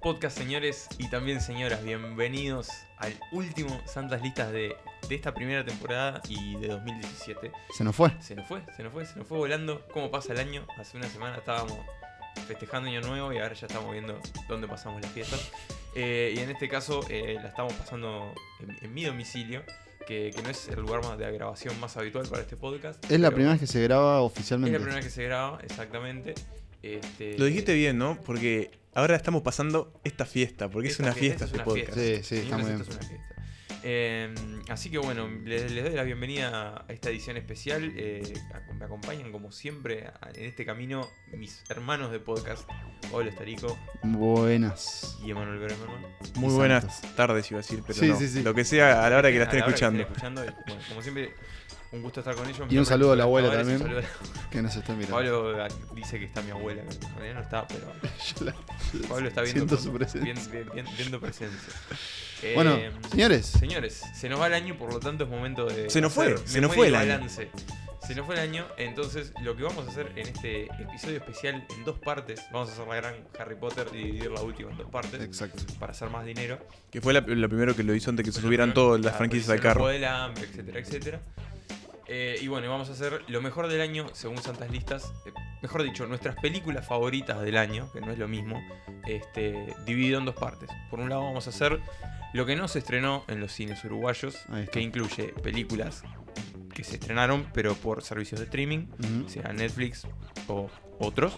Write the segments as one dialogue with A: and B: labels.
A: podcast, señores y también señoras. Bienvenidos al último Santas Listas de, de esta primera temporada y de 2017.
B: Se nos fue.
A: Se nos fue, se nos fue, se nos fue volando. ¿Cómo pasa el año? Hace una semana estábamos festejando Año Nuevo y ahora ya estamos viendo dónde pasamos las fiestas. Eh, y en este caso eh, la estamos pasando en, en mi domicilio, que, que no es el lugar más de grabación más habitual para este podcast.
B: Es la
A: pero
B: primera vez que se graba
A: Es
B: oficialmente.
A: la primera vez que se graba, exactamente. Este,
C: Lo dijiste bien, ¿no? Porque ahora estamos pasando esta fiesta, porque es
A: Esta
C: una
A: fiesta
C: fiesta
A: es
C: este
A: una
C: podcast.
A: fiesta.
B: Sí, sí, está
A: Señores,
B: muy
A: esto
B: bien.
A: es una fiesta. Eh, así que bueno, les, les doy la bienvenida a esta edición especial. Eh, ac- me acompañan como siempre a- en este camino mis hermanos de podcast, Pablo Estarico
B: Buenas.
A: y Emanuel Bremerman.
C: Muy
B: Y
C: buenas
B: santos.
C: tardes, iba a decir, pero
B: Sí,
C: no.
B: sí, sí.
C: Lo que sea a la hora que la estén
A: A hora
C: escuchando.
A: y, bueno, como siempre, un gusto estar con ellos. Mi
B: un
A: nombre es
B: saludo a
A: Nicolás
B: la abuela
A: Tavares, un
B: también.
A: saludo
B: Que nos están
A: a-
B: mirando.
A: Pablo ah, dice que está mi abuela, que en realidad no está, pero
B: Yo la-
A: Pablo está viendo,
B: Siento su presencia.
A: bien- bien- bien- viendo presencia. Eh,
B: Bueno, señores,
A: Señores, se nos va el año, por lo tanto es momento de.
C: Se nos fue,
A: hacer
C: se nos fue el
A: memoria y
C: año.
A: balance. Se nos fue el año, entonces lo que vamos a hacer en este episodio especial en dos partes, vamos a hacer la gran Harry Potter y dividir la última en dos partes
B: exacto.
A: para hacer más dinero.
C: Que fue la- lo primero que lo hizo antes que se subieran
A: Pero,
C: todas las
A: la
C: franquicias al
A: posición
C: carro.
A: del hambre, etcétera, etcétera. Eh, y bueno, y vamos a hacer lo mejor del año según Santas Listas. eh, mejor dicho, nuestras películas favoritas del año, que no es lo mismo, este, dividido en dos partes. Por un lado vamos a hacer lo que no se estrenó en los cines uruguayos,
B: Ahí está.
A: que incluye películas que se estrenaron, pero por servicios de streaming,
B: Ujú.
A: sea Netflix o otros,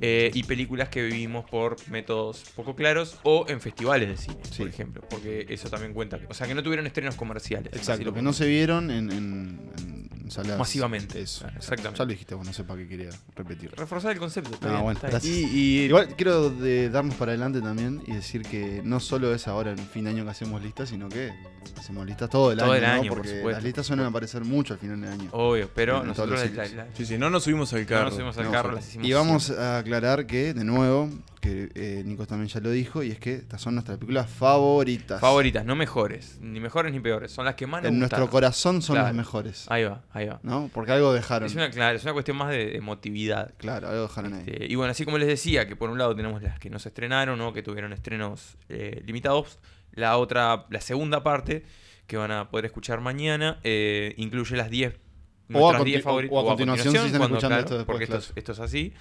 A: eh, y películas que vivimos por métodos poco claros o en festivales de cine,
B: Sí.
A: por ejemplo, porque eso también cuenta. O sea, que no tuvieron estrenos comerciales. así
B: Exacto,
A: lo
B: que no
A: pongo.
B: se vieron en, en, en salas.
A: Masivamente, Ah,
B: Eso.
A: exactamente.
B: Ya lo dijiste, vos, no sé para qué quería repetir.
A: Reforzar el concepto. está
B: Ah,
A: bien,
B: bueno,
A: está bien.
B: gracias.
C: Y, y-
B: Igual quiero de- darnos para adelante también y decir que no solo es ahora el fin de año que hacemos listas, sino que hacemos listas todo el
A: Todo
B: año,
A: el
B: ¿no?
A: año, por
B: porque
A: supuesto.
B: las listas suelen aparecer mucho al final del año.
A: Obvio,
B: En-
A: pero
B: en todos
A: nosotros
B: los
A: la-
B: sitios.
A: la-
C: sí, sí, no nos subimos al
A: no
C: carro.
A: nos subimos al
B: No,
A: carro,
B: sí.
A: las hicimos.
B: Y vamos a aclarar que, de nuevo, que eh, Nico también ya lo dijo, y es que estas son nuestras películas favoritas.
A: Favoritas, no mejores, ni mejores ni peores, son las que más nos
B: En nuestro
A: gustaron.
B: corazón son
A: Claro.
B: las mejores.
A: Ahí va, ahí va.
B: ¿No? Porque algo dejaron.
A: Es una, claro, es una cuestión más de emotividad.
B: Claro, algo dejaron ahí.
A: Este, y bueno, así como les decía, que por un lado tenemos las que no se estrenaron o que tuvieron estrenos eh, limitados, la otra, la segunda parte, que van a poder escuchar mañana, eh, incluye las 10
B: O a
A: nuestras
B: continu-
A: 10 favoritas.
B: o a continuación, si están escuchando esto después,
A: Porque esto, es-
B: claro.
A: esto es así.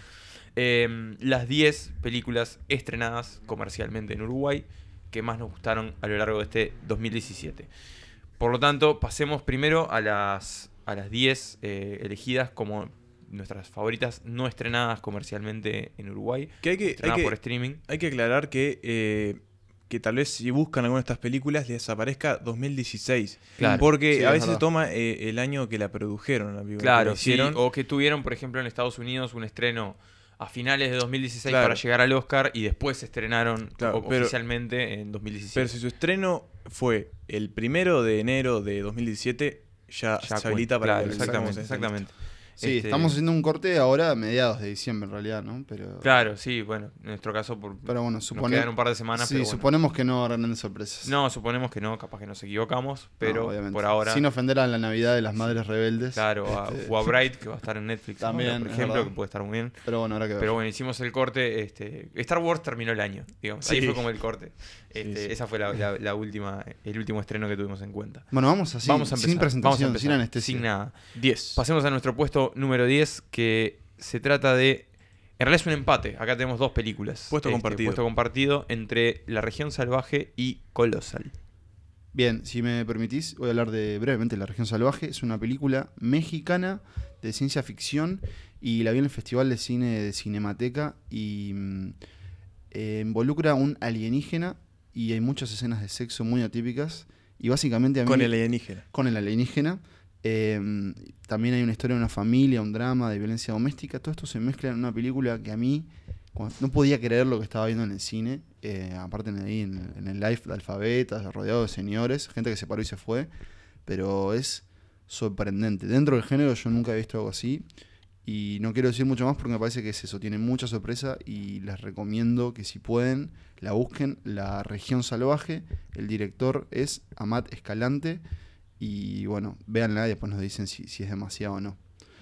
A: Eh, las 10 películas estrenadas comercialmente en Uruguay que más nos gustaron a lo largo de este 2017. Por lo tanto, pasemos primero a las, a las 10 eh, elegidas como nuestras favoritas no estrenadas comercialmente en Uruguay,
C: Que hay que, hay
A: estrenadas por
C: que,
A: streaming.
C: hay que aclarar que, eh, que tal vez si buscan alguna de estas películas les aparezca 2016.
A: Claro,
C: Porque
B: sí, es
C: a veces se
B: verdad.
C: toma eh, el año que la produjeron, la película, que
A: claro,
C: la
A: sí,
C: hicieron.
A: o que tuvieron, por ejemplo, en Estados Unidos un estreno a finales de 2016
C: Claro.
A: para llegar al Oscar y después se estrenaron
C: Claro,
A: o-
C: pero-
A: oficialmente en 2017.
C: Pero si su estreno fue el primero de enero de 2017, ya,
A: Ya
C: se
A: cuenta,
C: habilita para
A: claro,
C: que lo
A: exactamente,
C: tengamos en este esta
A: exactamente.
B: Sí,
A: este-
B: estamos haciendo un corte ahora a mediados de diciembre en realidad, ¿no? Pero,
A: Claro, sí, bueno, en nuestro caso por,
B: pero bueno,
A: nos
B: supone-
A: quedan un par de semanas.
B: sí,
A: pero bueno.
B: suponemos que no habrá grandes sorpresas.
A: No, suponemos que no, capaz que nos equivocamos, pero
B: No, obviamente.
A: por ahora,
B: Sin ofender a la Navidad de las Madres Rebeldes.
A: claro, a,
B: Este,
A: o a Bright, que va a estar en Netflix, ahora,
B: También,
A: por
B: es
A: ejemplo,
B: verdad.
A: que puede estar muy bien.
B: Pero bueno, ahora que ver.
A: Pero bueno, hicimos el corte. Este, Star Wars terminó el año, digamos. Ahí
C: Sí.
A: fue como el corte. Este,
C: sí.
A: Esa fue la, la- la última, el último estreno que tuvimos en cuenta.
B: Bueno, vamos así,
A: vamos a empezar.
B: sin presentación,
A: vamos a empezar,
B: sin anestesia.
A: Sin nada.
C: 10.
A: Pasemos a nuestro puesto número 10, que se trata de. En realidad es un empate. Acá tenemos dos películas. Este,
C: Puesto compartido.
A: Puesto compartido entre La Región Salvaje y Colossal.
B: Bien, si me permitís, voy a hablar de brevemente La región salvaje. Es una película mexicana de ciencia ficción y la vi en el Festival de Cine de Cinemateca y mm, eh, involucra a un alienígena y hay muchas escenas de sexo muy atípicas y básicamente a mí,
C: Con el alienígena.
B: con el alienígena. eh, también hay una historia de una familia, un drama de violencia doméstica. Todo esto se mezcla en una película que a mí cuando- no podía creer lo que estaba viendo en el cine. eh, aparte en, ahí en, el- en el live de alfabetas, rodeado de señores, gente que se paró y se fue. Pero es sorprendente. Dentro del género yo nunca he visto algo así. Y no quiero decir mucho más porque me parece que es eso, tiene mucha sorpresa y les recomiendo que si pueden la busquen, La Región Salvaje, el director es Amat Escalante y bueno, véanla y después nos dicen si, si es demasiado o no.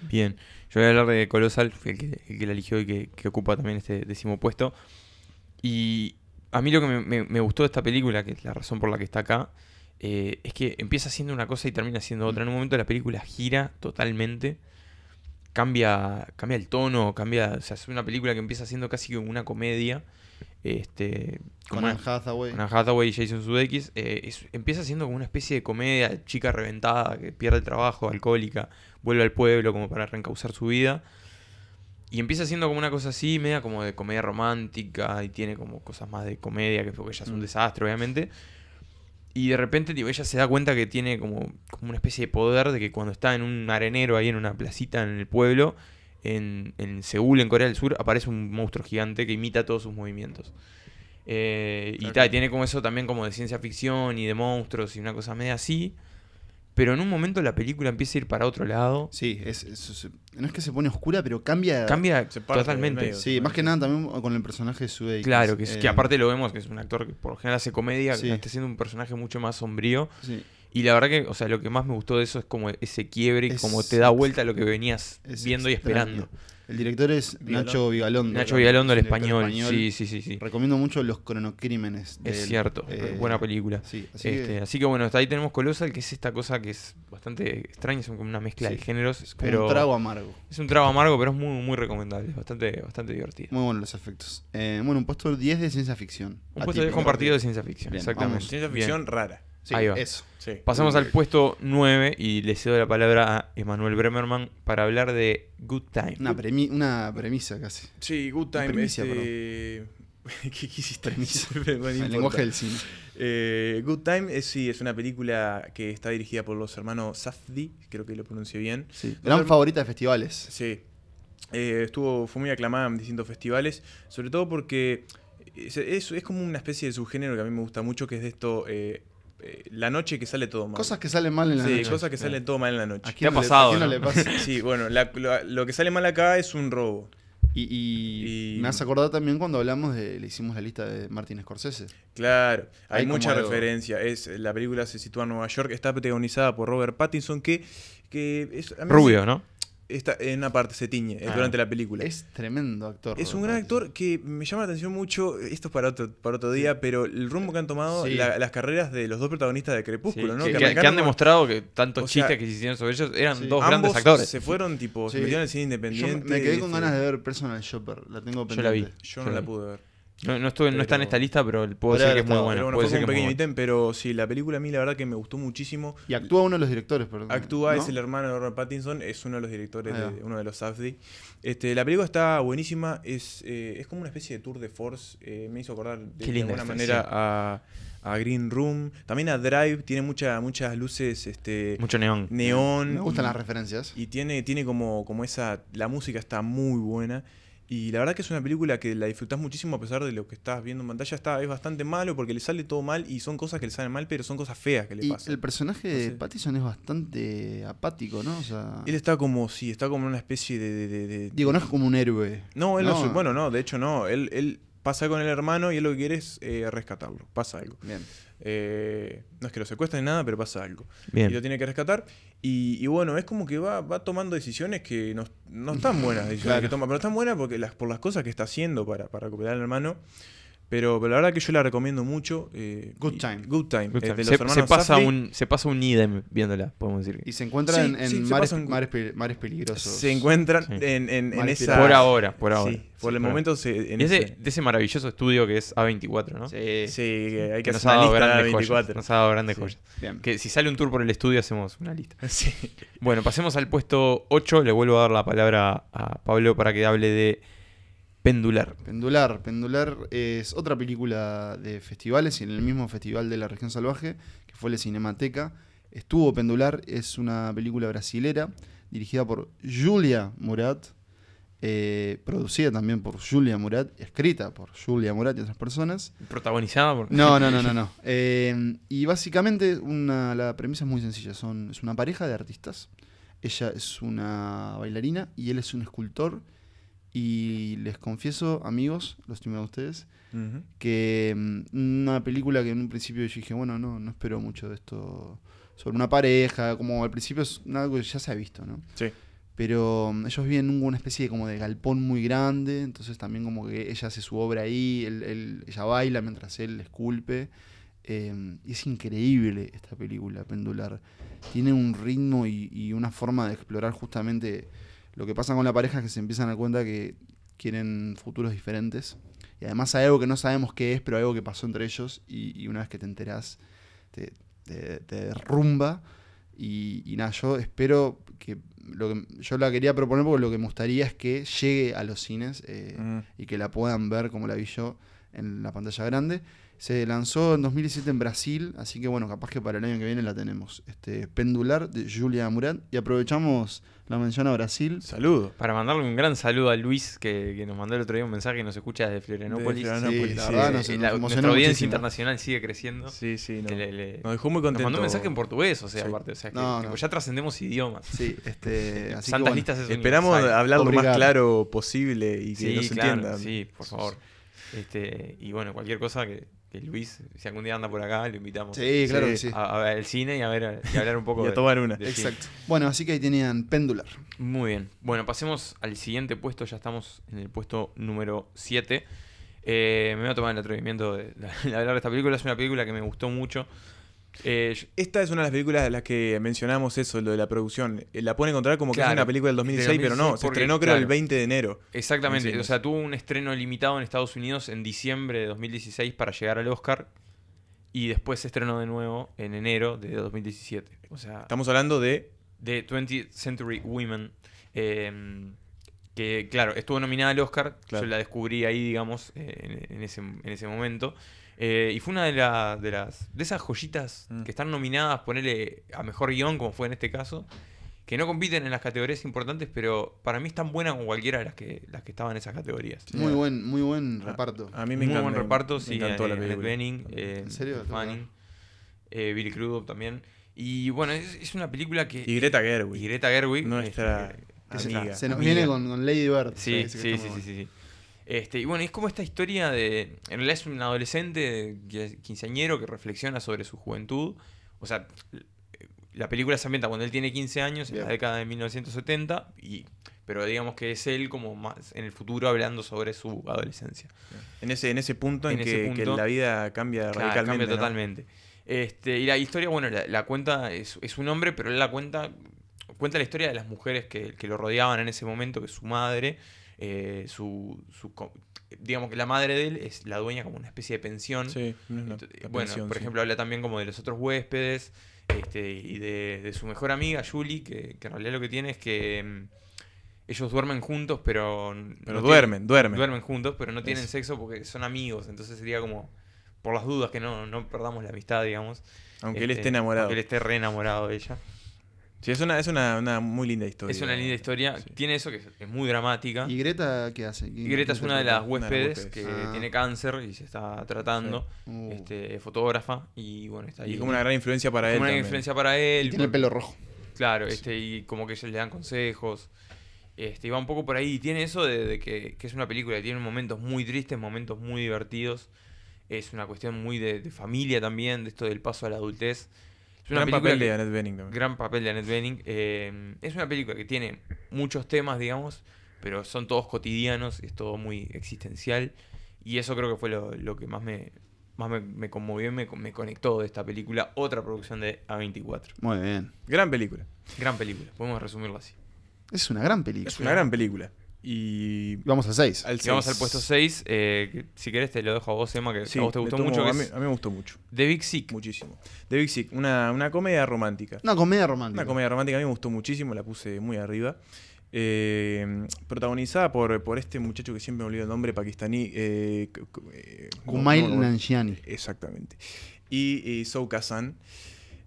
A: Bien, yo voy a hablar de Colossal, el que, el que la eligió y que, que ocupa también este décimo puesto. Y a mí lo que me, me- me gustó de esta película, que es la razón por la que está acá, eh, es que empieza haciendo una cosa y termina haciendo otra. En un momento la película gira totalmente, cambia, cambia el tono, cambia. O sea, es una película que empieza siendo casi como una comedia. Este,
B: Con
A: como
B: Anne
A: una-
B: Hathaway.
A: Anne Hathaway y Jason Sudeikis, eh, es- empieza siendo como una especie de comedia, chica reventada, que pierde el trabajo, alcohólica, vuelve al pueblo como para reencauzar su vida. Y empieza siendo como una cosa así, media como de comedia romántica, y tiene como cosas más de comedia, que porque ella es un
B: Mm.
A: desastre, obviamente. Y de repente, tipo, ella se da cuenta que tiene como, como una especie de poder de que cuando está en un arenero ahí en una placita en el pueblo, en, en Seúl, en Corea del Sur, aparece un monstruo gigante que imita todos sus movimientos. Eh, y
B: Claro.
A: ta, tiene como eso también como de ciencia ficción y de monstruos y una cosa media así. Pero en un momento la película empieza a ir para otro lado.
B: Sí, es, es- es- no es que se pone oscura, pero cambia.
A: Cambia
C: Se parte del
A: totalmente.
C: medio.
B: Sí, más que nada también con el personaje de Sudeikis.
A: Claro, que, es, que
B: Eh,
A: aparte lo vemos, que es un actor que por lo general hace comedia,
B: Sí.
A: que está siendo un personaje mucho más sombrío.
B: sí,
A: Y la verdad que, o sea, lo que más me gustó de eso es como ese quiebre y
B: Es-
A: como te da vuelta a lo que venías
B: es
A: viendo y
B: extraño.
A: esperando.
B: El director es
C: Vigalondo.
B: Nacho Vigalondo.
A: Nacho Vigalondo, el
B: Es un director
A: español. Sí, sí, sí, sí.
B: Recomiendo mucho Los Cronocrímenes. de
A: Es
B: él.
A: cierto.
B: Eh,
A: Buena película.
B: Sí, así
A: Este, Así,
B: que
A: que... bueno, hasta ahí tenemos Colossal, que es esta cosa que es bastante extraña, son como una mezcla
B: Sí,
A: de géneros.
B: es como
A: pero
B: un trago amargo.
A: Es un trago amargo, pero es muy, muy recomendable, es bastante, bastante divertido.
B: Muy buenos los efectos. Eh, bueno, un puesto 10 de ciencia ficción.
A: Un puesto de
B: Atípico.
A: compartido de ciencia ficción,
B: Bien,
A: exactamente.
B: vamos.
C: Ciencia
A: Bien.
C: ficción rara.
B: Sí,
A: Ahí va.
B: eso.
C: Sí.
A: Pasamos al puesto 9 y le cedo la palabra a Emanuel Bremerman para hablar de Good Time.
B: Una, premi- una premisa casi.
C: Sí, Good Time.
B: Premisa,
C: este... ¿Qué quisiste?
B: Premisa.
C: Perdón, no
B: El
C: importa.
B: lenguaje del cine.
C: Eh, Good Time es, sí, es una película que está dirigida por los hermanos Safdie, creo que lo pronuncié bien.
B: Sí. Gran
C: Doctor-
B: favorita de festivales.
C: Sí. Eh, estuvo, fue muy aclamada en distintos festivales, sobre todo porque es, es- es como una especie de subgénero que a mí me gusta mucho, que es de esto, eh, eh, la noche que sale todo mal.
B: Cosas que salen mal en la
C: sí,
B: noche.
C: cosas que salen todo mal en la
B: ¿A
C: noche.
B: quién
A: ha
B: no le-
A: pasado,
B: a quién no
A: no?
B: le pasa?
C: Sí, bueno, la- lo, lo que sale mal acá es un robo.
B: Y, y
C: Y-
B: me has acordado también cuando hablamos de. Le hicimos la lista de Martin Scorsese.
C: Claro, hay,
B: Hay como
C: mucha
B: algo.
C: referencia. Es, la película se sitúa en Nueva York, está protagonizada por Robert Pattinson, que, que es a mí
A: Rubio, ¿no?
C: Está en una parte, se tiñe eh,
A: Ah.
C: durante la película.
B: Es tremendo actor.
C: Es un
B: Robert
C: gran actor que me llama la atención mucho. Esto es para otro, para otro día, pero el rumbo que han tomado
B: Sí.
C: la- las carreras de los dos protagonistas de Crepúsculo,
A: Sí,
C: ¿no?
A: que, que- que
C: arrancaron
A: han demostrado que tantos
C: o sea,
A: chistes que se hicieron sobre ellos eran
B: sí.
A: dos
C: ambos
A: grandes actores.
C: Se fueron, tipo, se
B: Sí.
C: metieron en el cine
B: Pattinson. Yo
C: independiente.
B: me quedé con
C: este,
B: ganas de ver Personal Shopper. La tengo
A: Yo
B: pendiente.
A: la vi.
C: Yo
A: Yo
C: no la
A: vi.
C: pude ver.
A: No, no estuve, no está en
C: Pero-
A: esta lista, pero puedo
B: Podría
A: decir
B: haber
A: que es muy
B: estado,
A: bueno.
C: pero bueno,
A: puedo
C: fue como
A: decir
C: un
A: que es muy
C: pequeño
A: bueno.
C: ítem, pero sí, la película a mí la verdad que me gustó muchísimo.
B: Y actúa uno de los directores,
A: Mm,
B: perdón.
C: Actúa,
B: ¿no?
C: es el hermano de Robert Pattinson, es uno de los directores,
B: Ahí va.
C: de, uno de los Safdie. Este, la película está buenísima, es, eh, es como una especie de tour de force, eh, me hizo acordar de,
A: Qué
C: de
A: linda
C: alguna
A: esta,
C: manera
A: sí.
C: a, a Green Room, también a Drive, tiene mucha- muchas luces este,
A: Mucho neón.
C: neón.
B: Me gustan
C: y-
B: las referencias.
C: Y tiene, tiene como, como esa, la música está muy buena. Y la verdad que es una película que la disfrutás muchísimo a pesar de lo que estás viendo en pantalla. Está, es bastante malo porque le sale todo mal y son cosas que le salen mal, pero son cosas feas que le
B: Y
C: pasan.
B: el personaje de
C: No sé.
B: Pattinson es bastante apático, ¿no? O sea,
C: Él está como, sí, está como en una especie de... de- de- de-
B: digo, no es como un héroe.
C: no, él no.
B: no.
C: su- bueno, no, de hecho no. Él, él pasa con el hermano y él lo que quiere es eh, rescatarlo. Pasa algo.
B: Bien.
C: Eh, no es que lo secuestren ni nada, pero pasa algo. Y lo
A: Bien.
C: tiene que rescatar. Y, y bueno, es como que va, va tomando decisiones que no, no están buenas. Decisiones
B: Claro.
C: que toma, pero están buenas porque las, por las cosas que está haciendo para, para recuperar al hermano. Pero, pero la verdad que yo la recomiendo mucho. eh,
B: Good
C: y-
B: Time.
C: Good Time.
A: Good
C: eh,
A: time.
C: de los
A: Se, se
C: hermanos
A: pasa
C: Safdie.
A: un, se pasa un idem viéndola, podemos decir.
B: Y se encuentra
C: Sí,
B: en, en
C: sí, se
B: mares,
C: pasa en-
B: mares pe- mares peligrosos.
C: Se encuentran
A: Sí.
C: en, en- en
B: Mares
C: esa.
A: Por ahora, por
C: Sí,
A: ahora.
C: por
A: Sí,
C: el
A: ahora.
C: momento. se- en
A: Y ese-
C: ese-
A: de ese maravilloso estudio que es A24, ¿no?
B: Sí.
C: sí, que hay que,
A: Que nos
C: hacer
A: ha
C: una
A: dado
C: lista de
A: grandes joyas.
C: 24.
A: Nos ha dado grandes joyas.
B: Bien.
A: Que si sale un tour por el estudio hacemos una lista.
C: Sí.
A: Bueno, pasemos al puesto 8. Le vuelvo a dar la palabra a Pablo para que hable de Pendular.
B: Pendular. Pendular es otra película de festivales y en el mismo festival de la región salvaje, que fue la Cinemateca. Estuvo Pendular, es una película brasilera dirigida por Julia Murat, eh, producida también por Julia Murat, escrita por Julia Murat y otras personas.
A: Protagonizada por...
B: No, no, no, no, no. Eh, y básicamente una, la premisa es muy sencilla. Son, es una pareja de artistas. Ella es una bailarina y él es un escultor. Y les confieso, amigos, los estimado a ustedes,
C: Ujú.
B: que mm, una película que en un principio yo dije, bueno, no, no espero mucho de esto sobre una pareja, como al principio es una- algo que ya se ha visto, ¿no?
C: Sí.
B: Pero mm, ellos viven en una especie como de galpón muy grande, entonces también como que ella hace su obra ahí, él- él- ella baila mientras él esculpe. Eh, es increíble esta película, Pendular. Tiene un ritmo y, y una forma de explorar justamente lo que pasa con la pareja, que se empiezan a dar cuenta que quieren futuros diferentes. Y además hay algo que no sabemos qué es, pero algo que pasó entre ellos y, y una vez que te enterás, te, te- te derrumba. Y, y nada, yo espero que, lo que... Yo la quería proponer porque lo que me gustaría es que llegue a los cines. eh,
C: Mm.
B: y que la puedan ver como la vi yo en la pantalla grande. Se lanzó en 2017 en Brasil, así que bueno, capaz que para el año que viene la tenemos. Este Pendular de Julia Murat y aprovechamos la mención a Brasil.
C: Saludo.
A: Para mandarle un gran saludo a Luis, que, que nos mandó el otro día un mensaje y nos escucha desde Florianópolis.
C: Desde
B: Sí,
C: Florianópolis,
B: la
C: sí.
B: verdad,
A: Eh,
B: nos- nos
A: la- nuestra
B: emocionó
A: audiencia
B: muchísimo.
A: internacional sigue creciendo.
C: Sí, sí, no.
A: Que le- le-
C: Nos dejó muy
A: nos
C: contentos.
A: mandó un mensaje en portugués, o sea,
C: Sí.
A: aparte. O sea, que
B: No,
A: tipo,
B: no.
A: ya trascendemos idiomas.
B: Sí, este, así que
A: Santas
B: bueno.
A: listas es
C: Esperamos
A: universal.
C: hablar lo más
B: Obrigado.
C: claro posible y que
A: sí,
C: nos
A: claro,
C: entiendan.
A: Sí, por favor. Este, y bueno, cualquier cosa que, que Luis, si algún día anda por acá, lo invitamos
B: Sí, claro
C: Sí,
B: que sí.
A: a, a ver el cine y a ver y a hablar un poco
C: Y a
A: de-
C: tomar una.
A: de cine.
B: Exacto. Bueno, así que ahí tenían Pendular.
A: Muy bien. Bueno, pasemos al siguiente puesto. Ya estamos en el puesto número 7. Eh, me voy a tomar el atrevimiento de, de hablar de esta película. Es una película que me gustó mucho. Eh, yo-
C: Esta es una de las películas de las que mencionamos eso, lo de la producción. Eh, La pueden encontrar como que
A: Claro,
C: es una película del 2006,
A: del
C: pero no,
A: 2006,
C: se
A: porque,
C: estrenó creo el
A: claro.
C: 20 de enero.
A: exactamente. O
C: Encinas.
A: sea, tuvo un estreno limitado en Estados Unidos en diciembre de 2016 para llegar al Oscar. Y después se estrenó de nuevo en enero de 2017. O sea,
C: Estamos hablando de
A: de 20th Century Women. eh, que, claro, estuvo nominada al Oscar.
C: Claro.
A: Yo la descubrí ahí, digamos, eh, en, en ese, en ese momento. Eh, y fue una de, la- de las de esas joyitas
C: Mm.
A: que están nominadas, ponerle a mejor guión, como fue en este caso, que no compiten en las categorías importantes, pero para mí es tan buena como cualquiera de las que, las que estaban en esas categorías.
C: Sí.
B: Muy buen, muy buen reparto.
C: A mí me
A: Muy
C: encantó.
A: buen reparto, sí.
C: encantó
A: eh,
C: la
A: Annette
C: película.
A: Bening, eh,
B: ¿En serio?
A: Fanning, eh, Billy Crudup también. Y bueno, es, es una película que...
C: Y Greta
A: Y
C: Gerwig.
A: Greta Gerwig.
C: Nuestra
A: este,
B: Que se-
C: amiga.
B: se, nos
A: amiga.
B: viene con, con Lady Bird.
A: Sí,
B: parece que
A: sí, sí,
B: está muy
A: sí,
B: bueno.
A: sí. sí. Este, y bueno, es como esta historia de. En realidad es un adolescente que- quinceañero que reflexiona sobre su juventud. O sea, l- la película se ambienta cuando él tiene 15 años, en la
B: Bien.
A: década de 1970, y, pero digamos que es él como más en el futuro hablando sobre su adolescencia.
C: En ese, en ese punto en,
A: En ese
C: que, que
A: punto.
C: la vida cambia
A: Claro,
C: radicalmente.
A: cambia
C: ¿no?
A: totalmente. Este, y la historia, bueno, la, la cuenta es, es un hombre, pero él la cuenta. Cuenta la historia de las mujeres que, que lo rodeaban en ese momento, que su madre, eh, su, su co- digamos que la madre de él es la dueña como una especie de pensión.
C: Sí, no es una-
A: Ento-
C: la
A: bueno,
C: pensión,
A: por
C: sí.
A: ejemplo, habla también como de los otros huéspedes este, y de, de su mejor amiga, Julie, que, que en realidad lo que tiene es que mm, ellos duermen juntos, pero... n-
C: Pero
A: no tienen-
C: duermen, duermen.
A: duermen juntos, pero no tienen
C: Es.
A: sexo porque son amigos. Entonces sería como, por las dudas, que no, no perdamos la amistad, digamos.
C: Aunque él
A: Este,
C: esté enamorado.
A: Aunque él esté re enamorado de ella.
C: Sí, es una, es una, una muy linda historia.
A: es una linda historia.
C: Sí.
A: Tiene eso que es, es muy dramática.
B: ¿Y Greta qué hace? ¿Quién-
A: Y Greta
B: quién
A: es una de las
B: interpreta?
C: Una de las
A: huéspedes que
C: huéspedes.
B: Ah.
A: tiene cáncer y se está tratando.
B: Uh,
A: Este, es fotógrafa y bueno, está ahí.
C: Y como una gran influencia para
A: como
C: él.
A: una
C: también.
A: influencia para él.
B: Tiene el
A: porque-
B: pelo rojo.
A: Claro, este, y como que ellos le dan consejos. Este, y va un poco por ahí. Y tiene eso de, de que, que es una película que tiene momentos muy tristes, momentos muy divertidos. Es una cuestión muy de, de familia también, de esto del paso a la adultez. Es una
C: Gran
A: película
C: papel
A: que-
C: de Annette Bening también.
A: gran papel de Annette Bening. Eh, es una película que tiene muchos temas, digamos, pero son todos cotidianos, es todo muy existencial. Y eso creo que fue lo, lo que más me, más me, me conmovió y me, me conectó de esta película. Otra producción de A24.
B: Muy bien.
C: Gran película.
A: Gran película, podemos resumirlo así.
B: Es una gran película.
C: Es una gran película. Y.
B: Vamos a seis.
C: al
A: Y vamos al
C: seis.
A: puesto 6. si querés, te lo dejo a vos, Emma, que
C: Sí,
A: a vos te
C: le
A: gustó
C: tomo-
A: mucho. Que
C: a mí,
A: es
C: a mí me gustó mucho.
A: The Big Sick.
C: Muchísimo. The Big Sick, una, una comedia romántica.
B: Una comedia romántica.
C: Una comedia romántica a mí me gustó muchísimo, la puse muy arriba. Eh, protagonizada por, por este muchacho que siempre me olvido el nombre, pakistaní. eh, K- K- eh, no,
B: Kumail
C: no, no,
B: Nanjiani.
C: Exactamente. Y, y Souka-san.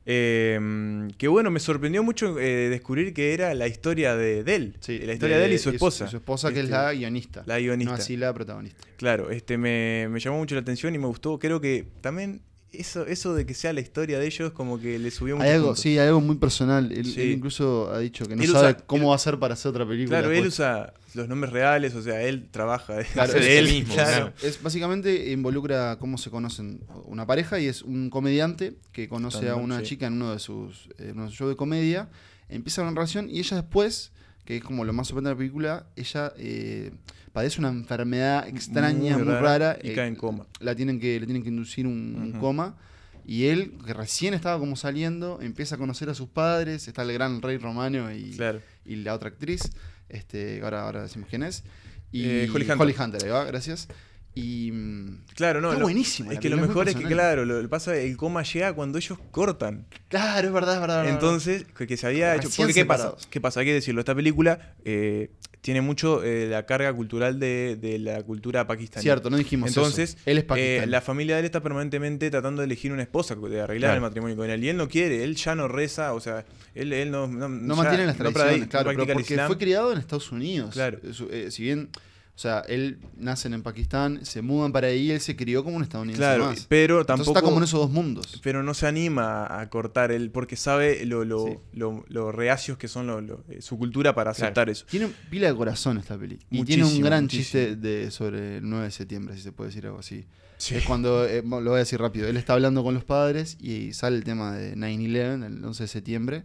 C: Eh, que bueno, me sorprendió mucho eh, descubrir que era la historia de, de él. la historia de, él y su esposa.
B: Su esposa, que es
C: Este,
B: la guionista.
C: la guionista.
B: No así la protagonista.
C: Claro, este me, me llamó mucho la atención y me gustó. Creo que también eso, eso de que sea la historia de ellos como que le subió mucho.
B: Hay algo, sí, hay algo muy personal. Él,
C: Sí.
B: él incluso ha dicho que no
C: Él
B: sabe
C: usa-
B: cómo
C: él-
B: va a ser para hacer otra película.
C: Claro, él
B: después.
C: usa los nombres reales, o sea, él trabaja
B: Claro,
C: hace
B: es
C: de
B: el
C: él
A: mismo,
C: Claro.
A: claro.
B: Es, básicamente involucra cómo se conocen una pareja y es un comediante que conoce a
C: Stand-up,
B: una
C: sí.
B: chica en uno de sus eh, en uno de sus shows de comedia, empiezan una relación y ella después que es como lo más sorprendente de la película, ella eh, padece una enfermedad extraña, muy, rara.
C: y
B: eh,
C: cae en coma.
B: la tienen que, le tienen que inducir un, un
C: Ujú.
B: coma. Y él, que recién estaba como saliendo, empieza a conocer a sus padres. Está el gran rey romano y,
C: Claro.
B: y la otra actriz. Este, ahora, ahora decimos quién es. Y
C: Eh, Holly Hunter.
B: Hunter, ahí va, gracias. Y. mm,
C: Claro, no.
B: Está
C: lo-
B: buenísima
C: Es
B: la
C: que lo
B: película, es muy
C: mejor es que,
B: personal.
C: claro, lo, lo pasa, el coma llega cuando ellos cortan.
B: Claro, es verdad, es verdad. es verdad.
C: Entonces, que, que se había hecho.
B: Recién
C: Porque, ¿qué pasa?
B: separados.
C: ¿Qué pasa? Hay que decirlo. Esta película eh, tiene mucho eh, la carga cultural de, de la cultura pakistaní.
B: Cierto, no dijimos eso.
C: Entonces,
B: Él es
C: eh,
B: pakistaní.
C: la familia de él está permanentemente tratando de elegir una esposa, de arreglar
B: Claro.
C: el matrimonio con él. Y él no quiere, él ya no reza, o sea, él, él no, no,
B: No
C: ya
B: mantienen las
C: no pra-
B: tradiciones,
C: no
B: claro, pero
C: practica el
B: porque
C: Islam.
B: fue criado en Estados Unidos.
C: Claro.
B: Eh, su- eh, si bien, o sea, él nacen en Pakistán, se mudan para ahí, él se crió como un estadounidense
C: Claro,
B: más.
C: pero
B: Entonces
C: tampoco.
B: está como en esos dos mundos.
C: Pero no se anima a cortar él, porque sabe lo, lo,
B: Sí.
C: lo- lo reacios que son lo- lo- eh, su cultura para
A: Claro.
C: aceptar eso.
B: Tiene pila de corazón esta peli. Y
C: Muchísimo,
B: tiene un gran
C: muchísimo.
B: chiste de, sobre el 9 de septiembre, si se puede decir algo así.
C: Sí.
B: Es cuando, eh, bueno, lo voy a decir rápido, él está hablando con los padres y sale el tema de 9-11, el 11 de septiembre,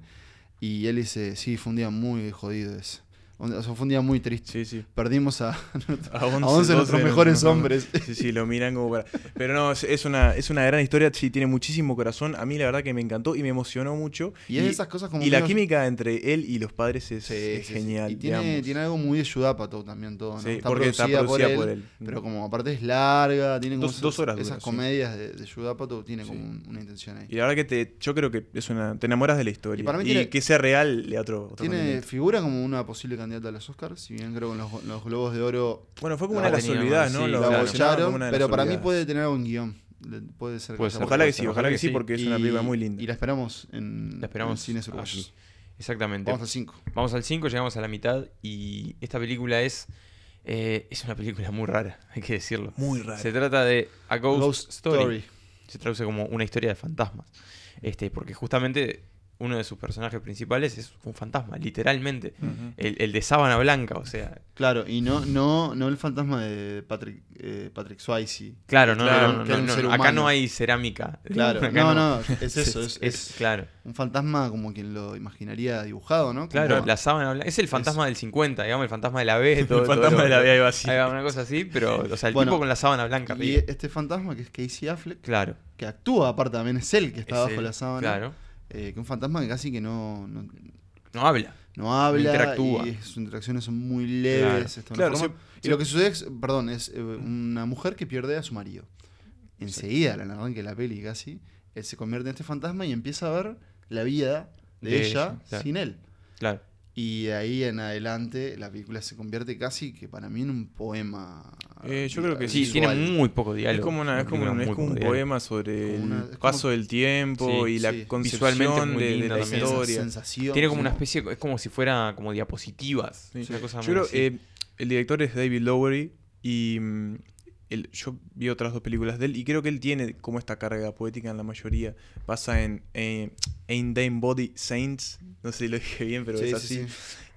B: y él dice, sí, fue un día muy jodido ese. O sea, fue un día muy triste.
C: Sí, sí.
B: Perdimos a,
C: A 11,
B: a 11 de
C: 12
B: nuestros
C: no-
B: mejores
C: no- no-
B: hombres.
C: Sí, sí, lo miran como para. Pero no, es, es una, es una gran historia, sí, tiene muchísimo corazón. A mí la verdad que me encantó y me emocionó mucho.
B: Y es de esas cosas como
C: y
B: que
C: la
B: uno-
C: química entre él y los padres es,
B: Sí,
C: es
B: sí, sí.
C: genial.
B: Y tiene,
C: digamos.
B: tiene algo muy de Yudapato también todo, ¿no?
C: Sí, porque está producida por él.
B: Pero como aparte es larga, tiene como
C: Dos-
B: esas,
C: dos horas
B: esas
C: dura, sí.
B: comedias de, de Yudapato, tiene como
C: Sí.
B: un- una intención ahí.
C: Y la verdad que te, yo creo que es una, te enamoras de la
B: Y
C: historia. Y,
B: para mí tiene-
C: que sea real le da otro, otro
B: Tiene
C: condimento.
B: figura como una posible candidata a los Oscars, si bien creo que en los, en los Globos de Oro
C: Bueno, fue como
B: la
C: una de las
A: tenía,
C: olvidadas,
A: sí, la
C: ¿no? Lo
B: la
A: mencionaban
C: mencionaban
B: bocharon,
C: como una de las
B: pero para mí
C: olvidadas.
B: puede tener algún guión. Le- Puede ser
A: Puede ser.
B: sea por
C: Ojalá que
B: esa.
C: sí, ojalá que sí, porque es una
B: Y-
C: película muy linda.
B: Y la esperamos en,
A: La
B: en
A: esperamos
B: cines
A: aquí.
B: uruguayos.
A: Exactamente.
B: Vamos al 5.
A: Vamos al 5, llegamos a la mitad y esta película es eh, es una película muy rara, hay que decirlo.
C: Muy rara.
A: Se trata de A Ghost, Story.
B: Story.
A: Se traduce como una historia de fantasmas. Este, porque justamente uno de sus personajes principales es un fantasma, literalmente.
C: Ujú.
A: El, el de sábana blanca, o sea.
B: Claro, y no, no, no el fantasma de Patrick, eh, Patrick Swayze.
A: Claro, no,
C: Claro,
A: no, no,
B: que era
A: no,
B: un
A: no,
B: ser
A: no, Acá
B: humano.
A: no hay cerámica.
B: Claro,
A: Acá
B: no, no, es eso, es, es
A: claro,
B: un fantasma como quien lo imaginaría dibujado, ¿no? Como-
A: claro, la sábana blanca. Es el fantasma del 50, digamos, el fantasma de la B. todo- todo
C: fantasma
A: lo-
C: de la vida iba así.
A: Ahí va, una cosa así, pero, o sea, el
B: Bueno,
A: tipo con la sábana blanca
B: Y
A: arriba.
B: este fantasma que es Casey Affleck,
A: Claro.
B: que actúa aparte también, es él que está
A: es
B: bajo
A: él,
B: la sábana.
A: Claro.
B: eh, que un fantasma que casi que no, no,
A: No habla.
B: no habla.
A: interactúa.
B: Y sus interacciones son muy leves. esta
C: Claro,
B: forma.
C: sí,
B: y lo
C: sí.
B: que sucede es, perdón, es eh, una mujer que pierde a su marido. Enseguida, al arranque de la peli casi, él se convierte en este fantasma y empieza a ver la vida de,
A: De
B: ella
A: ella, claro.
B: sin él.
A: Claro.
B: Y de ahí en adelante la película se convierte casi que para mí en un poema.
C: Eh, yo creo que
A: Sí,
B: visual.
A: tiene muy poco
C: Es
A: diálogo.
C: como, una- es como
A: película
C: un, es
A: muy
C: como un
A: poco diálogo.
C: poema sobre
B: Como una- es
C: el
B: como-
C: paso del tiempo
A: Sí,
C: y
B: sí.
C: la
A: Visualmente es
C: concepción
A: muy
C: de, de
A: linda
C: la
B: Esa
A: también.
C: historia.
B: sensación.
A: Tiene como
B: sí.
A: una especie, es como si fuera como diapositivas.
C: Sí.
A: Una cosa
C: Yo
A: muy
C: creo,
A: así.
C: eh, el director es David Lowery y mm, él- yo vi otras dos películas de él y creo que él tiene como esta carga poética en la mayoría. Pasa en eh, Ain't Dame Body Saints, no sé si lo dije bien, pero
B: Sí,
C: es
B: sí,
C: así.
B: sí.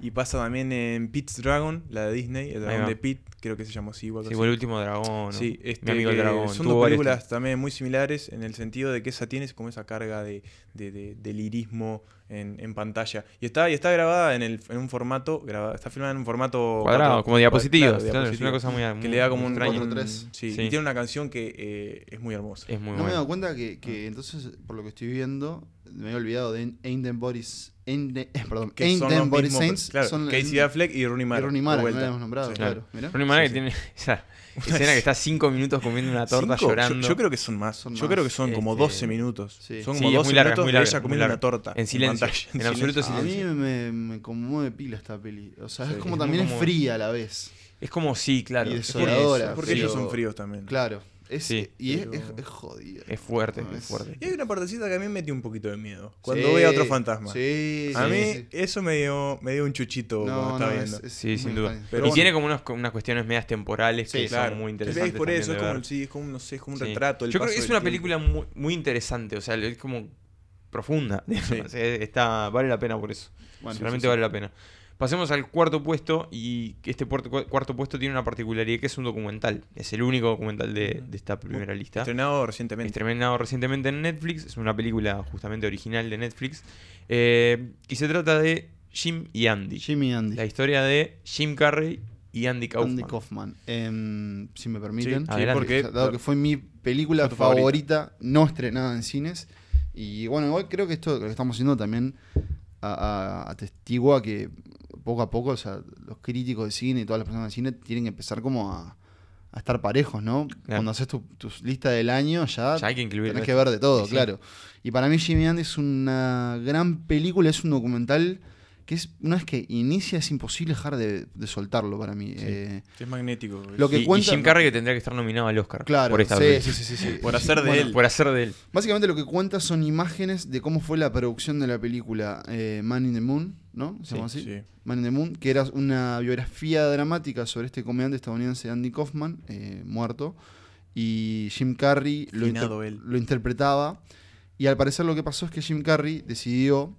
C: Y pasa también en Pete's Dragon, la de Disney, el dragón
A: va.
C: de Pete, creo que se llamó así. igual
A: Sí, o el último dragón. o
C: Sí, este,
A: Mi amigo el
C: que
A: dragón.
C: Son
A: tuvo
C: dos
A: varias
C: películas también muy similares en el sentido de que esa tiene como esa carga de, de- de- de lirismo en, en pantalla. Y está, y está grabada en, el, en un formato, grabada, está filmada en un formato
A: Cuadrado,
C: cuatro-
A: como diapositivas,
C: claro,
A: claro, es una
C: diapositiva,
A: cosa muy- muy
C: que le da como un
A: extraña.
C: un-
B: 4-3.
C: sí,
A: Sí.
C: Y tiene una canción que eh, es muy hermosa.
A: Es muy
B: No me he
A: bueno.
B: dado cuenta que,
A: Ah.
B: que entonces, por lo que estoy viendo, me había olvidado de Ain't Them Bodies. Ain't Them- eh, perdón,
C: que
B: Ain't
C: son
B: Them
C: los
B: Bodies
C: mismos-
B: Saints
C: claro,
B: son
C: Casey
B: el-
C: Affleck y Rooney Mara.
B: y Rooney
C: de
B: Mara, que no
C: vuelta.
B: la hemos nombrado,
C: Sí.
B: claro. mirá.
A: Ronnie Mara
C: Sí,
A: que
C: sí.
A: tiene esa escena que está cinco minutos comiendo una torta
C: Cinco, yo-
A: llorando.
C: Yo, creo que son más.
B: Son
C: yo
B: más,
C: creo que son como
A: este,
C: 12 minutos.
B: sí.
A: Sí,
C: Son como
A: es muy
C: 12
A: larga, es
C: minutos
A: muy
C: de
A: larga,
C: ella
A: muy
C: comiendo
A: larga.
C: una torta.
A: En silencio,
C: pantalla,
A: en absoluto
B: A mí
A: silencio.
B: me, me conmueve pila esta peli. O sea,
C: Sí,
B: es
C: es
B: como
C: muy
B: también es
A: conmovedor.
B: fría a la vez.
A: Es como sí, claro.
B: Y
A: es por
B: desoladora,
A: eso,
C: Porque
A: sí.
C: ellos son fríos también.
B: Claro. Es,
A: Sí,
B: y es,
C: pero-
B: es, es jodida.
A: Es fuerte,
B: No,
C: Ah,
A: es
B: es-
A: fuerte.
C: Y hay una partecita que a mí me metió un poquito de miedo. Cuando
B: Sí,
C: ve a otro fantasma.
B: Sí,
C: a
B: sí,
C: mí
B: sí.
C: eso me dio, me dio un chuchito cuando
B: No, no,
C: estaba
B: es-
C: viendo.
B: es
A: Sí, sin
B: muy
A: duda.
B: extraño.
A: y
C: Pero bueno.
A: tiene como unos- unas cuestiones medias temporales que
B: Sí,
A: son muy interesantes.
C: Es por
A: también
C: eso,
A: de
C: es como,
A: ver.
C: el- sí, es como, no sé, es como un
A: Sí.
C: retrato. el
A: Yo creo
C: paso
A: que es
C: del
A: una
C: tiempo.
A: película muy, muy interesante, o sea, es como profunda. digamos, eh, Está, vale la pena por eso.
B: Bueno,
A: Realmente vale la pena. Pasemos al cuarto puesto y que este puerto- cua- cuarto puesto tiene una particularidad que es un documental. Es el único documental de,
C: Ujú.
A: de esta primera lista.
C: Estrenado recientemente.
A: Estrenado recientemente en Netflix, es una película justamente original de Netflix. eh, y se trata de Jim y Andy.
B: Jimmy y Andy.
A: La historia de Jim Carrey y Andy Kaufman.
B: Andy Kaufman. Em, si me permiten.
A: Sí, Adelante.
C: porque
B: Dado que fue mi película
C: Fue tu favorita.
B: favorita, no estrenada en cines. Y bueno, igual creo que esto lo que estamos haciendo también a- a- atestigua que poco a poco, o sea, los críticos de cine y todas las personas de cine tienen que empezar como a, a estar parejos, ¿no? Cuando haces tu, tu lista del año ya,
A: Ya hay que incluir.
B: tenés que ver de todo,
A: Sí, sí.
B: claro. Y para mí Jimmy Andy es una gran película, es un documental que es una vez que inicia es imposible dejar de, de soltarlo para mí. Eh,
C: Es magnético.
B: Lo
A: Y-
B: que
A: y,
B: cuenta-
A: Jim Carrey que tendría que estar nominado al Oscar.
B: claro,
A: Por esta
B: sí,
A: película.
B: sí, sí, sí, sí.
C: Por hacer de él.
A: Por hacer de él.
B: Básicamente lo que cuenta son imágenes de cómo fue la producción de la película eh, Man in the Moon, ¿no? ¿Se llama así?
C: sí.
B: Man in the Moon, que era una biografía dramática sobre este comediante estadounidense Andy Kaufman, eh, muerto, y Jim Carrey lo,
C: Finado
B: inter-
C: él.
B: lo interpretaba. Y al parecer lo que pasó es que Jim Carrey decidió